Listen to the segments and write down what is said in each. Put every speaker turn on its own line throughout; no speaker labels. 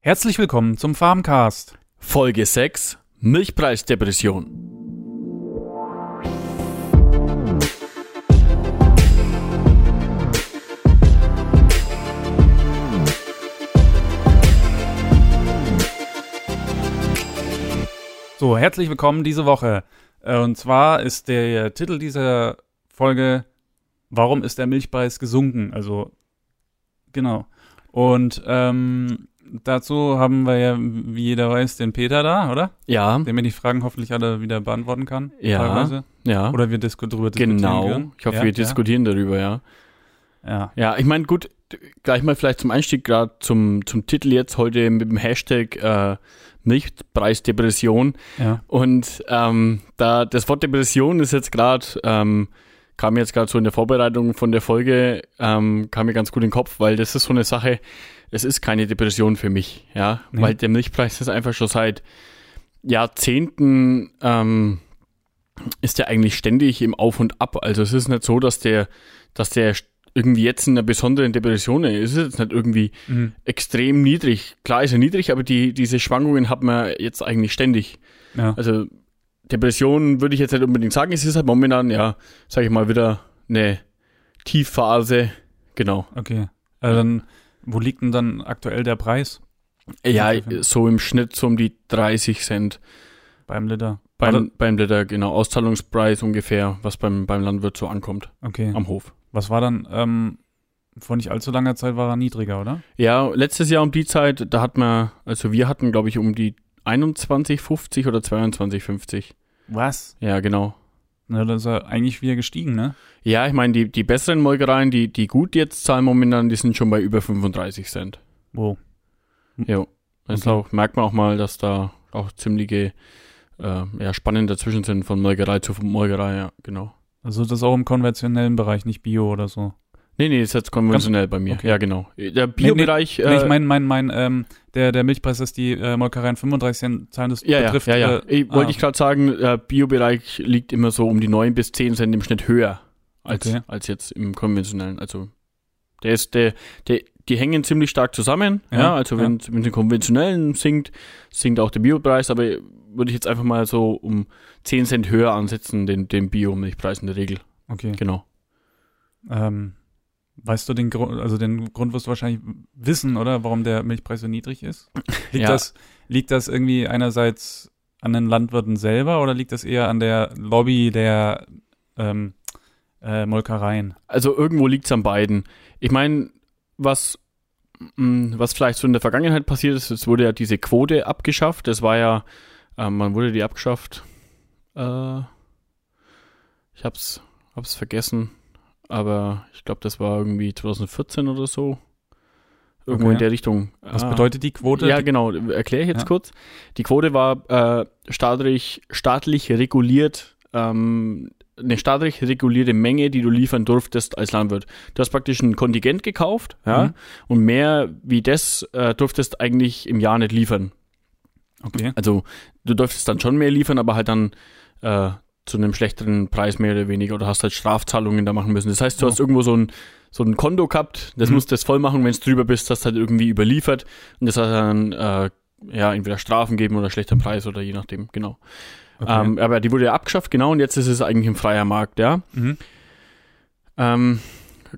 Herzlich willkommen zum Farmcast.
Folge 6 Milchpreisdepression.
So, herzlich willkommen diese Woche. Äh, Und zwar ist der Titel dieser Folge Warum ist der Milchpreis gesunken? Also, genau. Und ähm, dazu haben wir ja, wie jeder weiß, den Peter da, oder?
Ja,
Den wir die Fragen hoffentlich alle wieder beantworten kann.
Ja.
Teilweise.
ja.
Oder wir disku drüber diskutieren
Genau.
können.
Ich hoffe,
ja,
wir diskutieren darüber, ja.
Ja. ja.
Ja, ich meine, gut, d- gleich mal vielleicht zum Einstieg, gerade zum, zum Titel jetzt heute mit dem Hashtag äh, Milchpreisdepression.
Ja.
Und ähm, da das Wort Depression ist jetzt gerade, ähm, kam mir jetzt gerade so in der Vorbereitung von der Folge, ähm, kam mir ganz gut in den Kopf, weil das ist so eine Sache, es ist keine Depression für mich, ja,
Nee.
weil der Milchpreis ist einfach schon seit Jahrzehnten, ähm, ist der eigentlich ständig im Auf und Ab. Also es ist nicht so, dass der, dass der irgendwie jetzt in einer besonderen Depression ist. Es ist jetzt nicht irgendwie
Mhm.
extrem niedrig. Klar ist er niedrig, aber die, diese Schwankungen hat man jetzt eigentlich ständig.
ja.
Also Depression würde ich jetzt nicht unbedingt sagen. Es ist halt momentan, ja, sag ich mal, wieder eine Tiefphase. Genau.
Okay. Äh, dann, wo liegt denn dann aktuell der Preis
Ja,
Ungefähr.
so im Schnitt so um die 30 Cent
beim Liter? Warte.
beim, beim Liter, genau. Auszahlungspreis ungefähr, was beim, beim Landwirt so ankommt
Okay.
am Hof.
Was war dann, ähm, vor nicht allzu langer Zeit war er niedriger, oder?
Ja, letztes Jahr um die Zeit, da hat man, also wir hatten, glaube ich, um die 21,50 oder 22,50.
Was?
Ja, genau.
Na, da ist er eigentlich wieder gestiegen, ne?
Ja, ich meine, die, die besseren Molkereien, die, die gut jetzt zahlen momentan, die sind schon bei über 35 Cent.
Wow.
Ja,
Okay.
also auch, merkt man auch mal, dass da auch ziemliche äh, ja, Spannen dazwischen sind von Molkerei zu Molkerei, ja, genau.
Also das ist auch im konventionellen Bereich, nicht Bio oder so.
Nee, nee, ist jetzt konventionell bei mir.
okay.
Ja, genau. Der Biobereich.
nee, ich
äh,
mein, mein, mein, ähm, der, der Milchpreis, dass die äh, Molkereien 35 Cent zahlen, das
ja, ja,
betrifft.
ja, ja.
Äh,
Ich- Wollte
ah.
ich gerade sagen, äh, Biobereich liegt immer so um die 9 bis 10 Cent im Schnitt höher als,
Okay.
als jetzt im konventionellen. Also der ist, der, der, die hängen ziemlich stark zusammen.
Ja,
Ja, also
ja.
wenn es im konventionellen sinkt, sinkt auch der Biopreis, aber würde ich jetzt einfach mal so um 10 Cent höher ansetzen, den, den Bio-Milchpreis in der Regel.
okay.
Genau.
Ähm, weißt du den Grund, also den Grund wirst du wahrscheinlich wissen, oder? Warum der Milchpreis so niedrig ist? Liegt,
Ja.
das, liegt das irgendwie einerseits an den Landwirten selber oder liegt das eher an der Lobby der ähm, äh, Molkereien?
Also irgendwo liegt es an beiden. Ich meine, was, mh, was vielleicht so in der Vergangenheit passiert ist, es wurde ja diese Quote abgeschafft. Das war ja, ähm, wann wurde die abgeschafft? Äh, ich hab's, hab's vergessen, aber ich glaube, das war irgendwie 2014 oder so. Irgendwo
Okay.
in der Richtung.
Was
Ah.
bedeutet die Quote?
Ja,
Die-
genau. Erkläre ich jetzt
Ja.
kurz. Die Quote war äh, staatlich, staatlich reguliert, ähm, eine staatlich regulierte Menge, die du liefern durftest als Landwirt. Du hast praktisch ein Kontingent gekauft ja,
Mhm.
und mehr wie das äh, durftest eigentlich im Jahr nicht liefern.
Okay.
Also du dürftest dann schon mehr liefern, aber halt dann äh, zu einem schlechteren Preis mehr oder weniger oder hast halt Strafzahlungen da machen müssen. Das heißt, du
Oh.
hast irgendwo so ein, so ein Konto gehabt, das
Mhm.
musst du das voll machen, wenn es drüber bist, hast du halt irgendwie überliefert und das hat dann äh, ja entweder Strafen geben oder schlechter Preis oder je nachdem, genau.
okay.
Ähm, aber die wurde ja abgeschafft, genau, und jetzt ist es eigentlich ein freier Markt, ja.
mhm.
Ähm,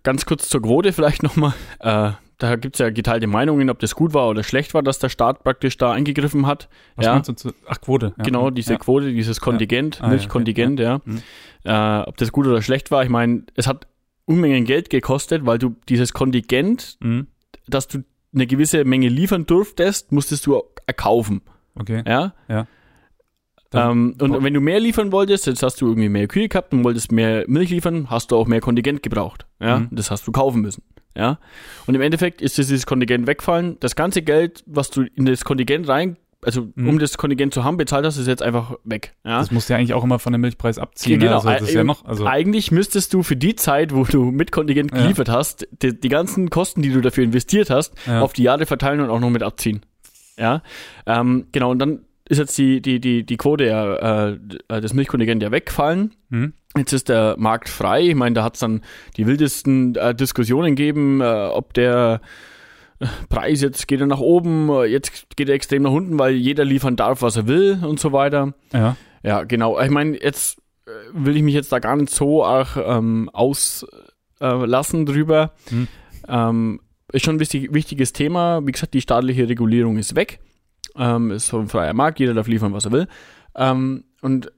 ganz kurz zur Quote vielleicht nochmal. Äh, da gibt es ja geteilte Meinungen, ob das gut war oder schlecht war, dass der Staat praktisch da eingegriffen hat.
Was
ja.
meinst du zu. Ach, Quote. Ja.
Genau, diese
Ja.
Quote, dieses Kontingent,
Ah, ja,
Milchkontingent, ja.
Mhm.
Äh, ob das gut oder schlecht war, ich meine, es hat Unmengen Geld gekostet, weil du dieses Kontingent,
Mhm.
dass du eine gewisse Menge liefern durftest, musstest du erkaufen,
Okay.
ja.
Ja. Das-
Ähm,
Boah.
und wenn du mehr liefern wolltest, jetzt hast du irgendwie mehr Kühe gehabt und wolltest mehr Milch liefern, hast du auch mehr Kontingent gebraucht. Ja,
Mhm.
das hast du kaufen müssen. Ja, und im Endeffekt ist jetzt dieses Kontingent wegfallen. Das ganze Geld, was du in das Kontingent rein, also
Mhm.
um das Kontingent zu haben, bezahlt hast, ist jetzt einfach weg. Ja?
Das musst du ja eigentlich auch immer von dem Milchpreis abziehen.
Genau,
Also, das ist ja
ähm,
noch. Also,
Eigentlich müsstest du für die Zeit, wo du mit Kontingent
Ja.
geliefert hast, die, die ganzen Kosten, die du dafür investiert hast,
ja.
auf die Jahre verteilen und auch noch mit abziehen. Ja, ähm, genau. Und dann ist jetzt die, die, die, die Quote, ja, äh, das Milchkontingent ja weggefallen.
mhm.
Jetzt ist der Markt frei. Ich meine, da hat es dann die wildesten äh, Diskussionen gegeben, äh, ob der Preis, jetzt geht er nach oben, äh, jetzt geht er extrem nach unten, weil jeder liefern darf, was er will und so weiter.
Ja.
Ja, genau. Ich meine, jetzt äh, will ich mich jetzt da gar nicht so auch ähm, auslassen äh, lassen drüber.
Hm.
Ähm, ist schon ein wichtig, wichtiges Thema. Wie gesagt, die staatliche Regulierung ist weg. Ähm, ist so ein freier Markt, jeder darf liefern, was er will. Ähm, und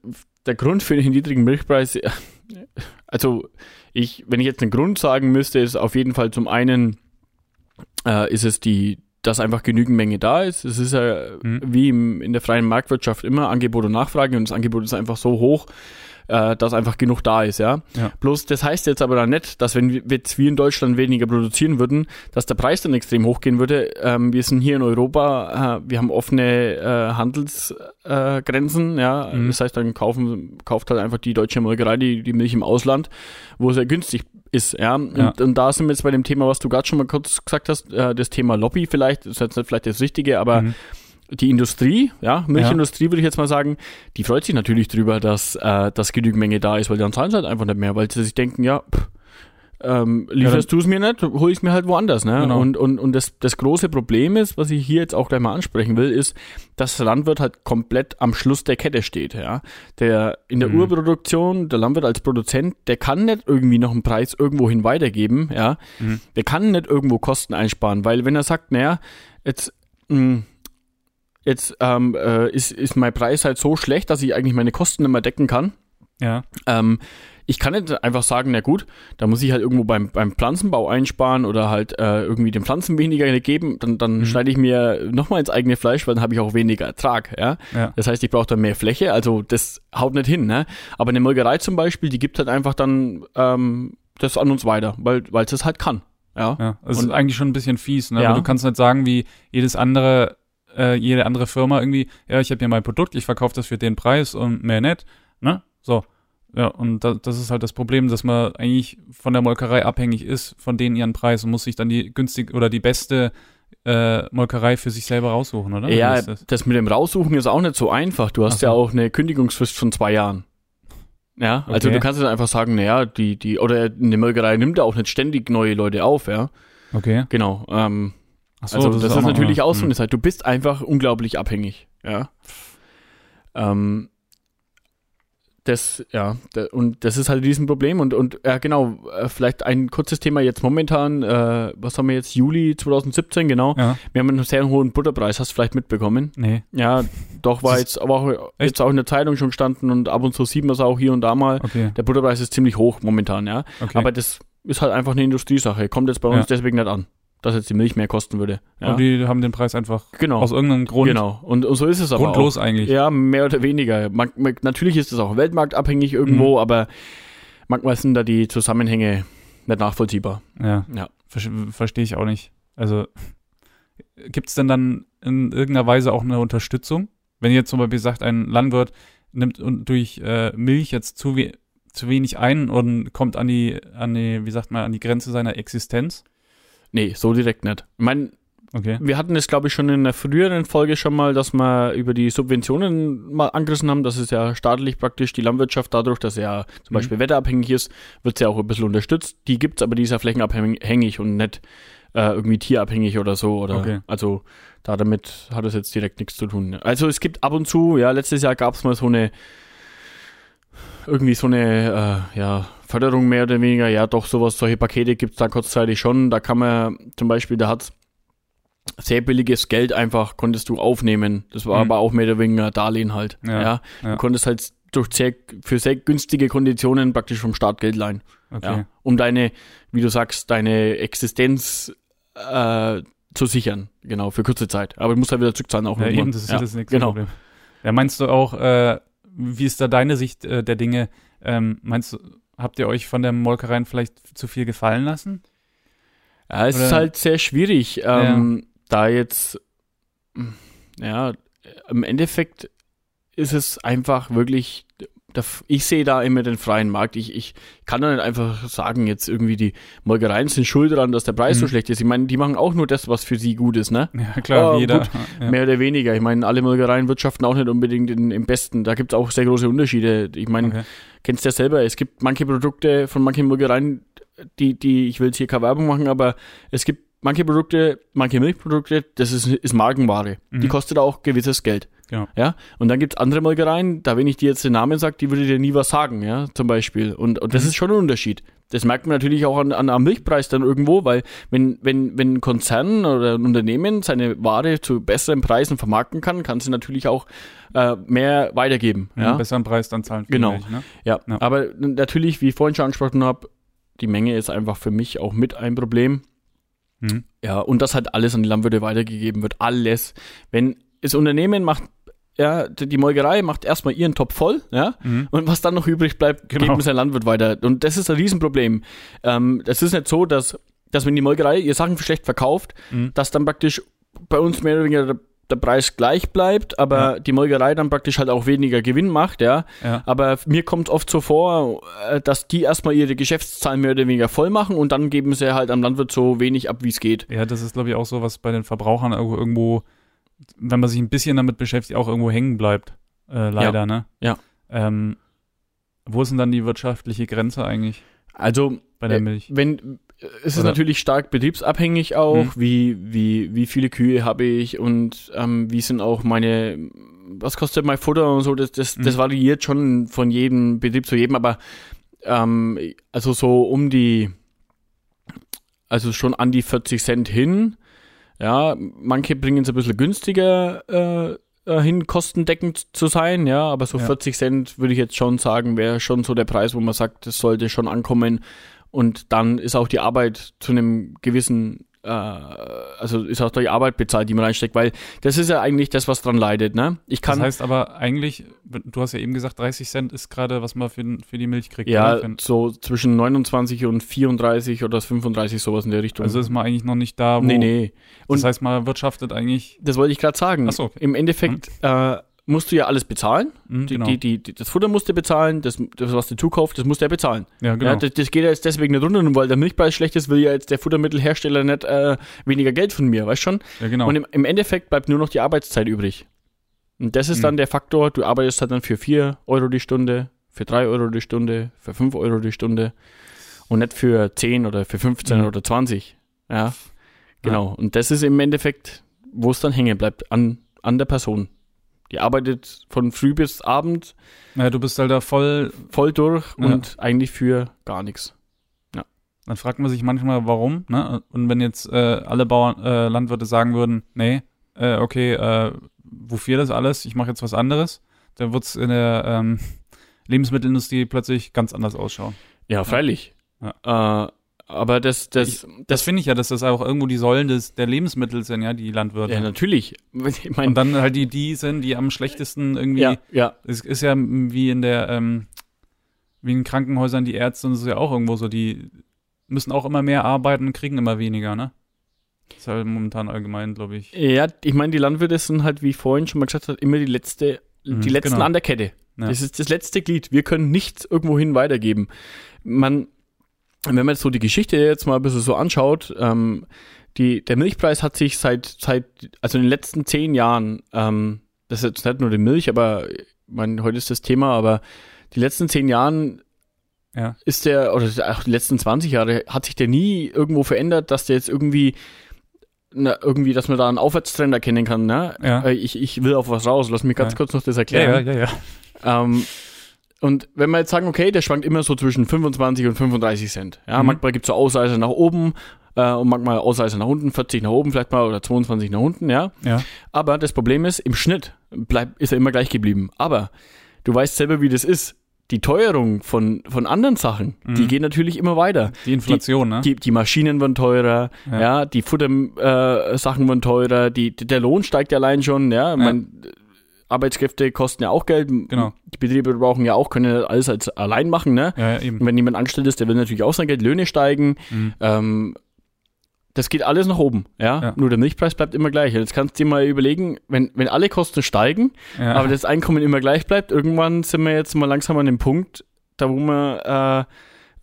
der Grund für den niedrigen Milchpreis, äh, also ich, wenn ich jetzt einen Grund sagen müsste, ist auf jeden Fall zum einen, äh, ist es die, dass einfach genügend Menge da ist. Es ist ja
Mhm.
wie im, in der freien Marktwirtschaft immer Angebot und Nachfrage und das Angebot ist einfach so hoch, äh, dass einfach genug da ist, ja.
Ja.
Bloß das heißt jetzt aber dann nicht, dass wenn wir jetzt wir in Deutschland weniger produzieren würden, dass der Preis dann extrem hochgehen würde. Ähm, wir sind hier in Europa, äh, wir haben offene äh, Handelsgrenzen, äh, Grenzen, ja.
Mhm.
Das heißt, dann kaufen, kauft halt einfach die deutsche Molkerei die, die Milch im Ausland, wo sehr günstig ist, ja. Und,
Ja.
und da sind wir jetzt bei dem Thema, was du gerade schon mal kurz gesagt hast, äh, das Thema Lobby vielleicht, ist jetzt nicht vielleicht das Richtige, aber
Mhm.
die Industrie, ja, Milchindustrie würde ich jetzt mal sagen, die freut sich natürlich drüber, dass, äh, dass genügend Menge da ist, weil dann zahlen sie halt einfach nicht mehr, weil sie sich denken, ja, pff, ähm, lieferst du es mir nicht, hol ich es mir halt woanders. Ne?
Genau.
Und, und, und das, das große Problem ist, was ich hier jetzt auch gleich mal ansprechen will, ist, dass der Landwirt halt komplett am Schluss der Kette steht. Ja? Der, in der
Mhm.
Urproduktion, der Landwirt als Produzent, der kann nicht irgendwie noch einen Preis irgendwohin weitergeben. Ja?
Mhm.
Der kann nicht irgendwo Kosten einsparen, weil wenn er sagt, naja, jetzt, mh, jetzt ähm, äh, ist, ist mein Preis halt so schlecht, dass ich eigentlich meine Kosten nicht mehr decken kann.
Ja.
Ähm, ich kann nicht einfach sagen, na gut, da muss ich halt irgendwo beim, beim Pflanzenbau einsparen oder halt äh, irgendwie den Pflanzen weniger geben, dann, dann
Mhm.
schneide ich mir nochmal ins eigene Fleisch, weil dann habe ich auch weniger Ertrag, ja.
Ja.
Das heißt, ich brauche dann mehr Fläche, also das haut nicht hin, ne? Aber eine Molkerei zum Beispiel, die gibt halt einfach dann ähm, das an uns weiter, weil weil es das halt kann, ja.
Ja, es
Und-
ist eigentlich schon ein bisschen fies, ne?
Ja.
Weil du kannst nicht sagen, wie jedes andere, äh, jede andere Firma irgendwie, ja, ich habe hier mein Produkt, ich verkaufe das für den Preis und mehr nicht, ne? So. Ja, und da, das ist halt das Problem, dass man eigentlich von der Molkerei abhängig ist, von denen ihren Preis und muss sich dann die günstig oder die beste äh, Molkerei für sich selber raussuchen, oder?
Ja,
Wie ist
das?
das?
mit dem Raussuchen ist auch nicht so einfach. Du hast
Ach so.
ja auch eine Kündigungsfrist von zwei Jahren. Ja, also
Okay.
du kannst dann einfach sagen, naja, die, die, oder eine Molkerei nimmt ja auch nicht ständig neue Leute auf, ja.
Okay.
Genau. Ähm,
Ach
also das, ist,
auch noch-
natürlich auch so
hm.
eine Zeit. Du bist einfach unglaublich abhängig, ja. Ähm, das, ja, da, und das ist halt ein Problem und, und ja, genau, äh, vielleicht ein kurzes Thema jetzt momentan, äh, was haben wir jetzt, Juli 2017, genau.
Ja,
Wir haben einen sehr hohen Butterpreis, hast du vielleicht mitbekommen.
nee.
Ja, doch, war
Das
jetzt, aber auch,
echt?
jetzt auch in der Zeitung schon gestanden und ab und zu sieht man es auch hier und da mal.
Okay.
Der Butterpreis ist ziemlich hoch momentan, ja.
okay.
Aber das ist halt einfach eine Industriesache. Kommt jetzt bei uns
Ja.
deswegen nicht an, dass jetzt die Milch mehr kosten würde. Ja.
Und die haben den Preis einfach
genau,
aus irgendeinem Grund
genau. Und, und so ist es aber
Also, grundlos
auch.
eigentlich.
Ja, mehr oder weniger. Man, man, natürlich ist es auch weltmarktabhängig irgendwo,
Mhm.
aber manchmal sind da die Zusammenhänge nicht nachvollziehbar.
Ja.
Ja.
Ver Verstehe ich auch nicht. Also, gibt es denn dann in irgendeiner Weise auch eine Unterstützung? Wenn jetzt zum Beispiel sagt, ein Landwirt nimmt und durch äh, Milch jetzt zu, we zu wenig ein und kommt an die, an die, wie sagt man, an die Grenze seiner Existenz.
Nee, so direkt nicht. Ich meine,
Okay.
Wir hatten es, glaube ich, schon in einer früheren Folge schon mal, dass wir über die Subventionen mal angerissen haben. Das ist ja staatlich praktisch die Landwirtschaft dadurch, dass sie ja zum
Mhm.
Beispiel wetterabhängig ist, wird sie auch ein bisschen unterstützt. Die gibt's, aber die ist ja flächenabhängig und nicht äh, irgendwie tierabhängig oder so. Oder
Okay.
Also da damit hat es jetzt direkt nichts zu tun. Also es gibt ab und zu, ja, letztes Jahr gab's mal so eine irgendwie so eine äh, ja, Förderung mehr oder weniger, ja doch, sowas, solche Pakete gibt's da kurzzeitig schon. Da kann man zum Beispiel, da hat's sehr billiges Geld einfach, konntest du aufnehmen. Das war
Mhm.
aber auch mehr oder weniger Darlehen halt. Ja,
Ja,
Du
ja.
konntest halt durch sehr, für sehr günstige Konditionen praktisch vom Staat Geld leihen.
Okay.
Ja, um deine, wie du sagst, deine Existenz äh, zu sichern. Genau, für kurze Zeit. Aber du musst halt wieder zurückzahlen auch.
Ja,
irgendwann.
eben, das ist
ja.
ja das nächste
genau.
Problem. Ja, meinst du auch, äh, wie ist da deine Sicht äh, der Dinge? Ähm, meinst du, habt ihr euch von der Molkerei vielleicht zu viel gefallen lassen?
Ja, es ist
Oder-
halt sehr schwierig, ähm, da jetzt, mh, ja, im Endeffekt ist es einfach wirklich, der F- ich sehe da immer den freien Markt. Ich, ich kann da nicht einfach sagen, jetzt irgendwie die Molkereien sind schuld daran, dass der Preis so
Mhm.
schlecht ist. Ich meine, die machen auch nur das, was für sie gut ist, ne?
Ja, klar,
Oh,
wie jeder.
gut.
Äh, Ja.
Mehr oder weniger. Ich meine, alle Molkereien wirtschaften auch nicht unbedingt in, im Besten. Da gibt es auch sehr große Unterschiede. Ich meine,
Okay.
kennst ja selber, es gibt manche Produkte von manchen Molkereien, die, die, ich will jetzt hier keine Werbung machen, aber es gibt manche Produkte, manche Milchprodukte, das ist, ist Markenware. Die
Mhm.
kostet auch gewisses Geld.
Genau.
Ja. Und dann gibt es andere Molkereien, da wenn ich dir jetzt den Namen sage, die würde dir nie was sagen, ja, zum Beispiel. Und, und das ist schon ein Unterschied. Das merkt man natürlich auch an, an am Milchpreis dann irgendwo, weil wenn, wenn, wenn ein Konzern oder ein Unternehmen seine Ware zu besseren Preisen vermarkten kann, kann sie natürlich auch äh, mehr weitergeben.
Ja.
ja?
Einen besseren Preis dann zahlen. für die
Genau.
Milch, ne?
Ja,
Ja.
aber natürlich, wie ich vorhin schon angesprochen habe, die Menge ist einfach für mich auch mit ein Problem.
Mhm.
Ja, und das halt alles an die Landwirte weitergegeben wird. Alles. Wenn das Unternehmen macht, ja, die die Molkerei macht erstmal ihren Topf voll, ja,
Mhm.
und was dann noch übrig bleibt,
Genau.
geben es der Landwirt weiter. Und das ist ein Riesenproblem. Ähm, es ist nicht so, dass, dass wenn die Molkerei ihre Sachen schlecht verkauft,
Mhm.
dass dann praktisch bei uns mehr oder weniger der, der Preis gleich bleibt, aber die Molkerei dann praktisch halt auch weniger Gewinn macht, ja.
Ja.
Aber mir kommt oft so vor, äh, dass die erstmal ihre Geschäftszahlen mehr oder weniger voll machen und dann geben sie halt am Landwirt so wenig ab, wie es geht.
ja, das ist, glaube ich, auch so, was bei den Verbrauchern auch irgendwo, wenn man sich ein bisschen damit beschäftigt, auch irgendwo hängen bleibt. Äh, leider, ne?
Ja.
Ähm, wo ist denn dann die wirtschaftliche Grenze eigentlich
Also,
bei der
Äh,
Milch?
wenn es ist
Oder-
natürlich stark betriebsabhängig auch,
Mhm.
wie, wie, wie viele Kühe habe ich und ähm, wie sind auch meine, was kostet mein Futter und so, das, das,
Mhm.
das variiert schon von jedem Betrieb zu jedem, aber ähm, also so um die, also schon an die 40 Cent hin. Ja, manche bringen es ein bisschen günstiger äh, äh, hin, kostendeckend zu sein, ja, aber so
Ja.
40 Cent würde ich jetzt schon sagen, wäre schon so der Preis, wo man sagt, das sollte schon ankommen. Und dann ist auch die Arbeit zu einem gewissen, äh, also ist auch die Arbeit bezahlt, die man reinsteckt, weil das ist ja eigentlich das, was dran leidet, ne? Ich kann,
das heißt aber eigentlich, du hast ja eben gesagt, 30 Cent ist gerade, was man für, den- für die Milch kriegt.
ja,
ne? Für-
so zwischen 29 und 34 oder 35, sowas in der Richtung.
Also ist man eigentlich noch nicht da, wo.
nee, nee. und-
das heißt, man wirtschaftet eigentlich.
Das wollte ich gerade sagen.
Ach so, okay.
Im Endeffekt äh, musst du ja alles bezahlen.
Mhm,
Die,
genau.
die, die, die, das Futter musst du bezahlen, das, das was du zukaufst, das muss der bezahlen.
ja, genau.
Ja, das, das geht ja jetzt deswegen nicht runter, nur weil der Milchpreis schlecht ist, will ja jetzt der Futtermittelhersteller nicht äh, weniger Geld von mir, weißt schon?
ja, genau.
Und im, im Endeffekt bleibt nur noch die Arbeitszeit übrig. Und das ist
Mhm.
dann der Faktor, du arbeitest halt dann für 4 Euro die Stunde, für 3 Euro die Stunde, für 5 Euro die Stunde und nicht für 10 oder für 15
Mhm.
oder 20. Ja, genau. Und das ist im Endeffekt, wo es dann hängen bleibt, an, an der Person. Die arbeitet von früh bis Abend
ja, du bist halt da voll
voll durch
Ja.
und eigentlich für gar nichts.
Dann fragt man sich manchmal, warum. Ne? Und wenn jetzt äh, alle Bauern, äh, Landwirte sagen würden, nee, äh, okay, äh, wofür das alles? Ich mache jetzt was anderes. Dann wird's in der ähm, Lebensmittelindustrie plötzlich ganz anders ausschauen.
Ja, freilich. Äh, aber das, das,
Das finde ich ja, dass das auch irgendwo die Säulen des, der Lebensmittel sind, ja, die Landwirte.
ja, natürlich. Ich
Und
meine,
dann halt die, die sind, die am schlechtesten irgendwie.
ja, ja,
Es ist ja wie in der, ähm, wie in Krankenhäusern die Ärzte und es ist ja auch irgendwo so, die müssen auch immer mehr arbeiten und kriegen immer weniger, ne? Das ist halt momentan allgemein, glaube ich.
Ja, ich meine, die Landwirte sind halt, wie ich vorhin schon mal gesagt habe, immer die letzte,
Mhm,
die letzten
genau.
an der Kette.
Ja.
Das ist das letzte Glied. Wir können nichts irgendwohin weitergeben. Man, wenn man jetzt so die Geschichte jetzt mal ein bisschen so anschaut, ähm, die, der Milchpreis hat sich seit, seit, also in den letzten zehn Jahren, ähm, das ist jetzt nicht nur die Milch, aber ich meine, heute ist das Thema, aber die letzten zehn Jahren
Ja.
ist der, oder auch die letzten 20 Jahre, hat sich der nie irgendwo verändert, dass der jetzt irgendwie, na, irgendwie, dass man da einen Aufwärtstrend erkennen kann, ne?
Ja.
Äh, Ich, ich will auf was raus, lass mich ganz
Ja.
kurz noch das
Ja,
erklären.
ja, ja, ja.
Ähm, und wenn wir jetzt sagen, okay, der schwankt immer so zwischen 25 und 35 Cent. Ja,
Mhm.
manchmal gibt es so Ausreißer nach oben äh, und manchmal Ausreißer nach unten, 40 nach oben vielleicht mal oder 22 nach unten, ja.
Ja,
Aber das Problem ist, im Schnitt bleib, ist er immer gleich geblieben. Aber du weißt selber, wie das ist. Die Teuerung von, von anderen Sachen, die
Mhm.
gehen natürlich immer weiter.
die Inflation, ne?
Die, die Maschinen werden teurer, ja,
Ja.
die Futtersachen äh, Sachen werden teurer, die, der Lohn steigt allein schon, ja. Man, Arbeitskräfte kosten ja auch Geld.
Genau.
Die Betriebe brauchen ja auch, können ja alles als allein machen, ne?
ja, ja,
Und
eben.
wenn jemand angestellt ist, der will natürlich auch sein Geld, Löhne steigen.
Mhm.
Ähm, das geht alles nach oben, ja?
Ja.
Nur der Milchpreis bleibt immer gleich. Jetzt kannst du dir mal überlegen, wenn, wenn alle Kosten steigen,
Ja.
aber das Einkommen immer gleich bleibt, irgendwann sind wir jetzt mal langsam an dem Punkt, da wo man äh,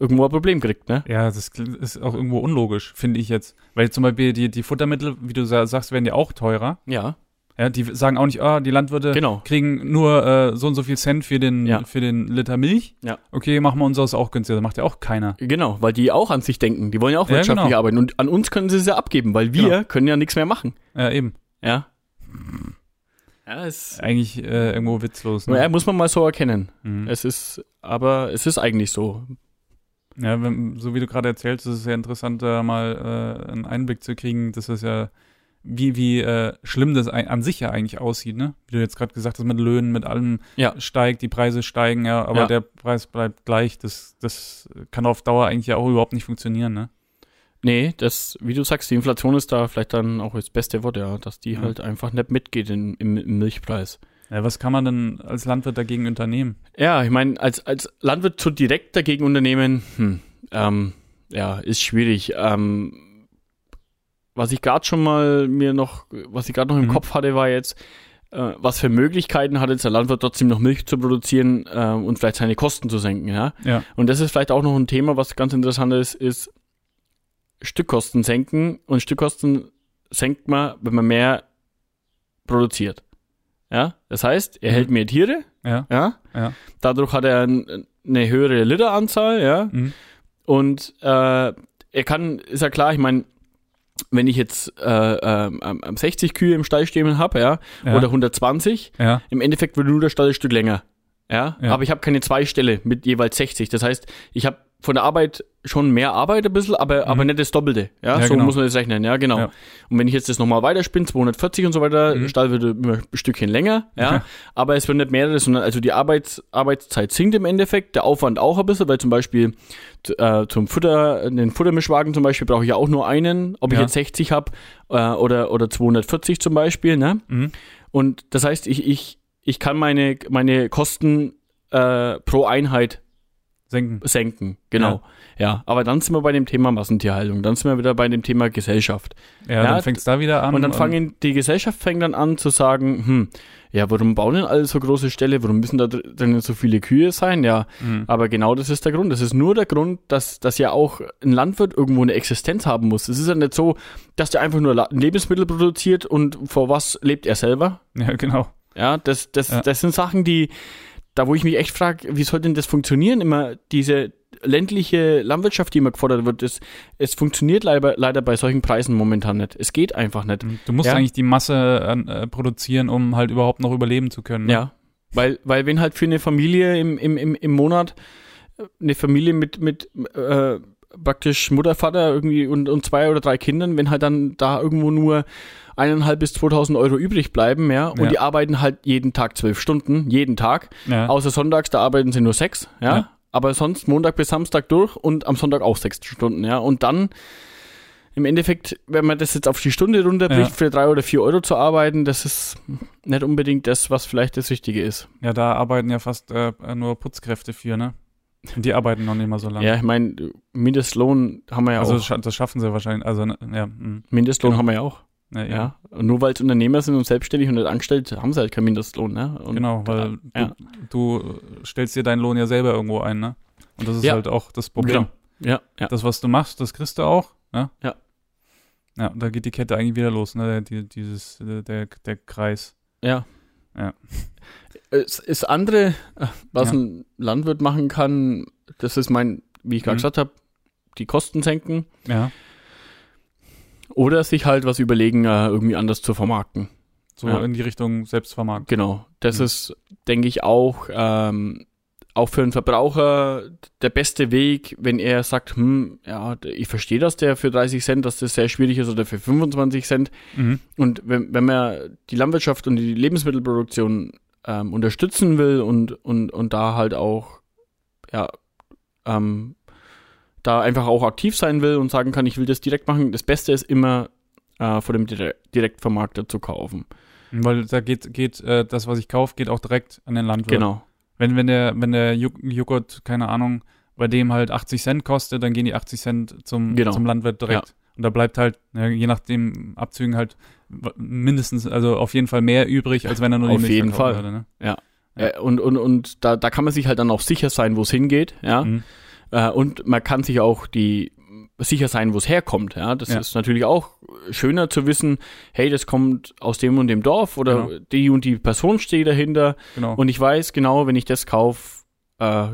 irgendwo ein Problem kriegt, ne?
ja, das kl- ist auch irgendwo unlogisch, finde ich jetzt. Weil zum Beispiel die, die Futtermittel, wie du sa- sagst, werden ja auch teurer.
Ja.
Ja, die sagen auch nicht, ah, die Landwirte
Genau.
kriegen nur äh, so und so viel Cent für den,
Ja.
für den Liter Milch.
Ja.
Okay, machen wir uns das auch günstiger. Macht ja auch keiner.
Genau, weil die auch an sich denken. Die wollen ja auch
Ja,
wirtschaftlich
genau.
arbeiten. Und an uns können sie es ja abgeben, weil wir
Genau.
können ja nichts mehr machen.
Äh, eben.
Ja. Ja, es,
Eigentlich äh, irgendwo witzlos. Ne?
ja, muss man mal so erkennen.
mhm.
Es ist, aber es ist eigentlich so.
Ja, wenn, so wie du gerade erzählst, ist es ja interessant, da mal äh, einen Einblick zu kriegen, dass das ja, wie, wie äh, schlimm das ein, an sich ja eigentlich aussieht, ne? Wie du jetzt gerade gesagt hast, mit Löhnen, mit allem
Ja.
steigt, die Preise steigen, ja, aber
Ja.
der Preis bleibt gleich. Das, das kann auf Dauer eigentlich ja auch überhaupt nicht funktionieren, ne?
Nee, das, wie du sagst, die Inflation ist da vielleicht dann auch das beste Wort, ja, dass die
Mhm.
halt einfach nicht mitgeht in, im, im Milchpreis.
Ja, was kann man denn als Landwirt dagegen unternehmen?
Ja, ich meine, als, als Landwirt zu direkt dagegen unternehmen, hm, ähm, ja, ist schwierig. Ähm, was ich gerade schon mal mir noch, was ich gerade noch im
Mhm.
Kopf hatte, war jetzt, äh, was für Möglichkeiten hat jetzt der Landwirt trotzdem noch Milch zu produzieren ähm, und vielleicht seine Kosten zu senken, ja?
Ja.
Und das ist vielleicht auch noch ein Thema, was ganz interessant ist, ist Stückkosten senken und Stückkosten senkt man, wenn man mehr produziert. Ja, das heißt, er
Mhm.
hält mehr Tiere,
Ja.
ja?
Ja.
Dadurch hat er ein, eine höhere Literanzahl, ja.
Mhm.
Und äh, er kann, ist ja klar, ich meine, wenn ich jetzt äh, ähm, am- am 60 Kühe im Stall stehen habe, ja,
Ja.
oder 120,
ja.
im Endeffekt wird nur der Stall ein Stück länger. Ja,
Ja.
aber ich habe keine zwei Ställe mit jeweils 60. Das heißt, ich habe von der Arbeit schon mehr Arbeit ein bisschen, aber, aber nicht das Doppelte. Ja,
Mhm. Ja,
so
genau.
muss man das rechnen. Ja, genau.
Ja.
Und wenn ich jetzt das nochmal weiterspinne, 240 und so weiter,
Mhm.
der Stall wird immer ein Stückchen länger. Ja,
Ja.
aber es wird nicht mehr, sondern also die Arbeits, Arbeitszeit sinkt im Endeffekt, der Aufwand auch ein bisschen, weil zum Beispiel t- äh, zum Futter, den Futtermischwagen zum Beispiel brauche ich ja auch nur einen, ob ich
Ja.
jetzt 60 habe äh, oder, oder 240 zum Beispiel. Ne?
Mhm.
Und das heißt, ich, ich, ich kann meine, meine Kosten äh, pro Einheit
Senken.
senken. Genau. Ja. aber dann sind wir bei dem Thema Massentierhaltung. Dann sind wir wieder bei dem Thema Gesellschaft.
Ja,
Ja,
dann fängt es da wieder an.
und dann fangen die Gesellschaft fängt dann an zu sagen, hm, ja, warum bauen denn alle so große Ställe? Warum müssen da dr- denn so viele Kühe sein? Ja,
Mhm.
aber genau das ist der Grund. Das ist nur der Grund, dass, dass ja auch ein Landwirt irgendwo eine Existenz haben muss. Es ist ja nicht so, dass der einfach nur La- Lebensmittel produziert und vor was lebt er selber?
Ja, genau.
Ja, das, das,
Ja.
das sind Sachen, die, da wo ich mich echt frage, wie soll denn das funktionieren? Immer diese ländliche Landwirtschaft, die immer gefordert wird, das, es funktioniert leider, leider bei solchen Preisen momentan nicht. Es geht einfach nicht.
Mhm. Du musst
Ja.
eigentlich die Masse an, äh, produzieren, um halt überhaupt noch überleben zu können. ne?
Ja. Weil, weil wenn halt für eine Familie im, im, im, im Monat äh, eine Familie mit, mit äh, praktisch Mutter, Vater irgendwie und, und zwei oder drei Kindern, wenn halt dann da irgendwo nur eineinhalb bis 2000 Euro übrig bleiben, ja, und
Ja.
die arbeiten halt jeden Tag zwölf Stunden, jeden Tag,
Ja.
Außer sonntags, da arbeiten sie nur sechs, ja?
Ja.
Aber sonst Montag bis Samstag durch und am Sonntag auch sechs Stunden, ja. Und dann im Endeffekt, wenn man das jetzt auf die Stunde runterbricht,
Ja.
für drei oder vier Euro zu arbeiten, das ist nicht unbedingt das, was vielleicht das Richtige ist.
Ja, da arbeiten ja fast äh, nur Putzkräfte für, ne? Und die arbeiten noch nicht mal so lange.
Ja, ich meine, Mindestlohn haben wir ja
also
auch.
scha- das schaffen sie wahrscheinlich. Also, ne, ja, mh,
Mindestlohn
genau.
haben wir ja auch.
ja, ja,
Ja. Und nur weil es Unternehmer sind und selbstständig und nicht angestellt, haben sie halt keinen Mindestlohn, ne? Und
genau, weil
ja.
du, du stellst dir deinen Lohn ja selber irgendwo ein, ne? Und das ist
Ja.
halt auch das Problem.
Genau. Ja, ja.
Das, was du machst, das kriegst du auch, ne?
Ja.
Ja, und da geht die Kette eigentlich wieder los, ne? Die, dieses, äh, der, der Kreis.
Ja.
Ja.
Es ist andere, äh, was
Ja.
ein Landwirt machen kann, das ist mein, wie ich gerade
Mhm.
gesagt habe, die Kosten senken
Ja.
oder sich halt was überlegen, äh, irgendwie anders zu vermarkten.
So
Ja.
in die Richtung Selbstvermarktung.
Genau. Das
Mhm.
ist, denke ich, auch, ähm, auch für einen Verbraucher der beste Weg, wenn er sagt, hm, ja, ich verstehe, dass der für 30 Cent, dass das sehr schwierig ist oder für 25 Cent,
Mhm.
Und wenn, wenn man die Landwirtschaft und die Lebensmittelproduktion ähm, unterstützen will und, und, und da halt auch, ja, ähm, da einfach auch aktiv sein will und sagen kann, ich will das direkt machen, das Beste ist immer, äh, vor dem Dire- Direktvermarkter zu kaufen.
Weil da geht, geht äh, das, was ich kaufe, geht auch direkt an den Landwirt.
Genau.
Wenn, wenn der, wenn der Jog- Joghurt, keine Ahnung, bei dem halt 80 Cent kostet, dann gehen die 80 Cent zum,
Genau.
zum Landwirt direkt. Und da bleibt halt, ja, je nachdem Abzügen halt w- mindestens, also auf jeden Fall mehr übrig, als wenn er nur die
Auf
Milch
jeden
verkaufen
Fall.
Würde, ne? Ja.
Äh, und und, und da, da kann man sich halt dann auch sicher sein, wo es hingeht, ja.
Mhm.
Äh, und man kann sich auch die sicher sein, wo es herkommt. Ja, das
Ja.
ist natürlich auch schöner zu wissen, hey, das kommt aus dem und dem Dorf oder
Genau.
die und die Person steht dahinter
Genau.
und ich weiß genau, wenn ich das kaufe, äh,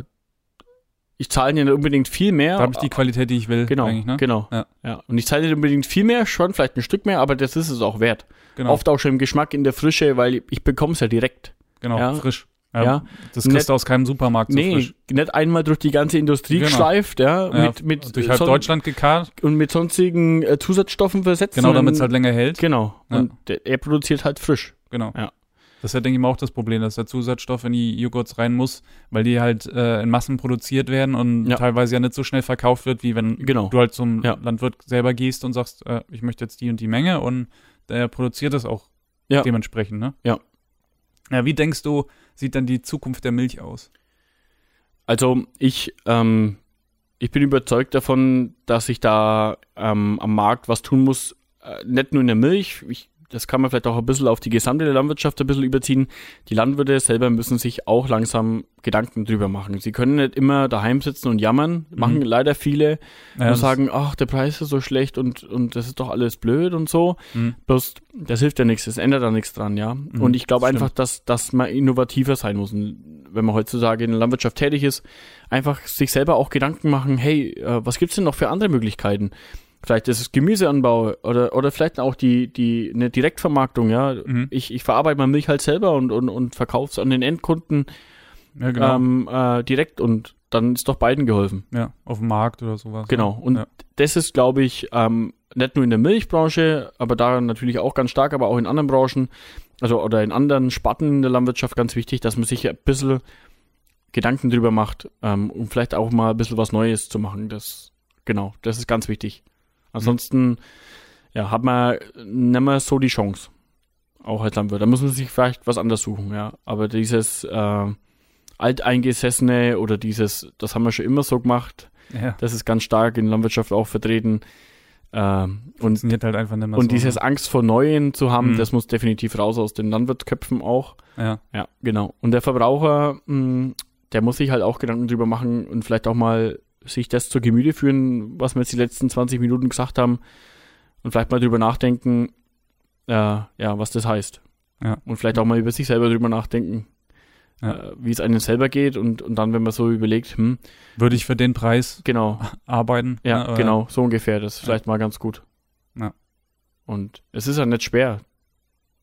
ich zahle nicht unbedingt viel mehr.
da habe ich die Qualität, die ich will.
äh, Genau,
Eigentlich, ne?
genau.
Ja.
Ja. Und ich zahle nicht unbedingt viel mehr, schon vielleicht ein Stück mehr, aber das ist es auch wert.
Genau.
Oft auch schon im Geschmack, in der Frische, weil ich bekomme es ja direkt.
genau.
ja.
Frisch.
Ja.
Das kriegst du aus keinem Supermarkt so
nee,
frisch.
nicht einmal durch die ganze Industrie
Genau.
geschleift, ja,
Ja,
mit, mit
durch halt halb
son-
Deutschland gekarrt,
und mit sonstigen äh, Zusatzstoffen versetzt.
genau, damit es halt
sondern-
länger hält.
Genau.
Ja.
Und der, er produziert halt frisch.
Genau.
Ja.
Das ist ja, denke ich mal, auch das Problem, dass der Zusatzstoff in die Joghurts rein muss, weil die halt äh, in Massen produziert werden und
Ja.
teilweise ja nicht so schnell verkauft wird, wie wenn
Genau.
du halt zum
Ja.
Landwirt selber gehst und sagst, äh, ich möchte jetzt die und die Menge und der produziert das auch
Ja.
dementsprechend, ne?
Ja.
Ja, wie denkst du, sieht dann die Zukunft der Milch aus?
Also ich, ähm, ich bin überzeugt davon, dass ich da ähm, am Markt was tun muss. Äh, nicht nur in der Milch, ich, das kann man vielleicht auch ein bisschen auf die gesamte Landwirtschaft ein bisschen überziehen. Die Landwirte selber müssen sich auch langsam Gedanken drüber machen. Sie können nicht immer daheim sitzen und jammern, machen leider
Naja,
viele und
Mhm. das-
sagen, ach, der Preis ist so schlecht und, und das ist doch alles blöd und so.
Mhm.
Bloß, das hilft ja nichts, das ändert da nichts dran, ja. und ich glaube
das
einfach, dass, dass man innovativer sein muss. Und wenn man heutzutage in der Landwirtschaft tätig ist, einfach sich selber auch Gedanken machen, hey, äh, was gibt's denn noch für andere Möglichkeiten? Vielleicht ist es Gemüseanbau oder, oder vielleicht auch die, die, eine Direktvermarktung, ja.
Mhm.
Ich, ich verarbeite meine Milch halt selber und, und, und verkaufe es an den Endkunden
ja, genau.
ähm, äh, direkt und dann ist doch beiden geholfen.
ja, auf dem Markt oder sowas. ne?
Genau. Und
Ja.
das ist, glaube ich, ähm, nicht nur in der Milchbranche, aber da natürlich auch ganz stark, aber auch in anderen Branchen, also oder in anderen Sparten in der Landwirtschaft ganz wichtig, dass man sich ein bisschen Gedanken drüber macht, ähm, um vielleicht auch mal ein bisschen was Neues zu machen. Das, genau, das ist ganz wichtig. Ansonsten ja, hat man nicht mehr so die Chance. Auch als Landwirt. Da muss man sich vielleicht was anderes suchen, ja. Aber dieses äh, Alteingesessene oder dieses, das haben wir schon immer so gemacht,
Ja,
das ist ganz stark in der Landwirtschaft auch vertreten. Ähm, und
funktioniert halt einfach nicht mehr so.
und dieses Angst vor Neuen zu haben,
Mhm.
das muss definitiv raus aus den Landwirtköpfen auch.
Ja.
Ja, genau. Und der Verbraucher, mh, der muss sich halt auch Gedanken drüber machen und vielleicht auch mal sich das zu Gemüte führen, was wir jetzt die letzten 20 Minuten gesagt haben. Und vielleicht mal drüber nachdenken, äh, ja, was das heißt.
Ja.
Und vielleicht auch mal über sich selber drüber nachdenken,
Ja.
äh, wie es einem selber geht. Und, und dann, wenn man so überlegt, hm,
Würde ich für den Preis
genau,
arbeiten?
Ja,
ne, oder-
genau, so ungefähr. Das ist vielleicht mal ganz gut.
Ja.
Und es ist ja nicht schwer,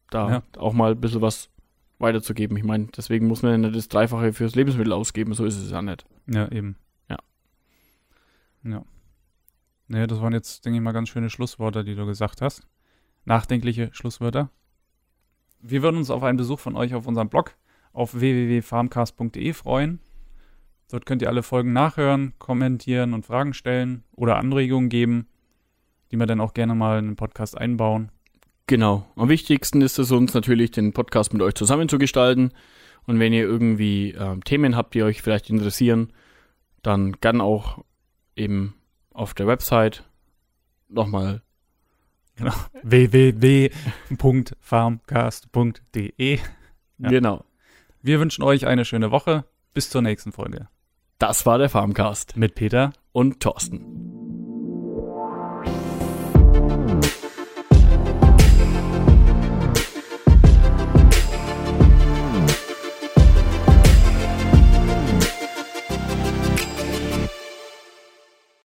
da
Ja.
auch mal ein bisschen was weiterzugeben. Ich meine, deswegen muss man ja nicht das Dreifache fürs Lebensmittel ausgeben, so ist es ja nicht.
Ja, eben.
Ja.
Ja. Nee, das waren jetzt, denke ich mal, ganz schöne Schlussworte, die du gesagt hast. Nachdenkliche Schlusswörter. Wir würden uns auf einen Besuch von euch auf unserem Blog auf www.farmcast.de freuen. Dort könnt ihr alle Folgen nachhören, kommentieren und Fragen stellen oder Anregungen geben, die wir dann auch gerne mal in den Podcast einbauen.
Genau. Am wichtigsten ist es uns natürlich, den Podcast mit euch zusammen zu gestalten. Und wenn ihr irgendwie ähm, Themen habt, die euch vielleicht interessieren, dann gern auch eben auf der Website nochmal
www.farmcast.de Ja.
Genau.
Wir wünschen euch eine schöne Woche. Bis zur nächsten Folge.
Das war der Farmcast
Mit Peter.
und Thorsten.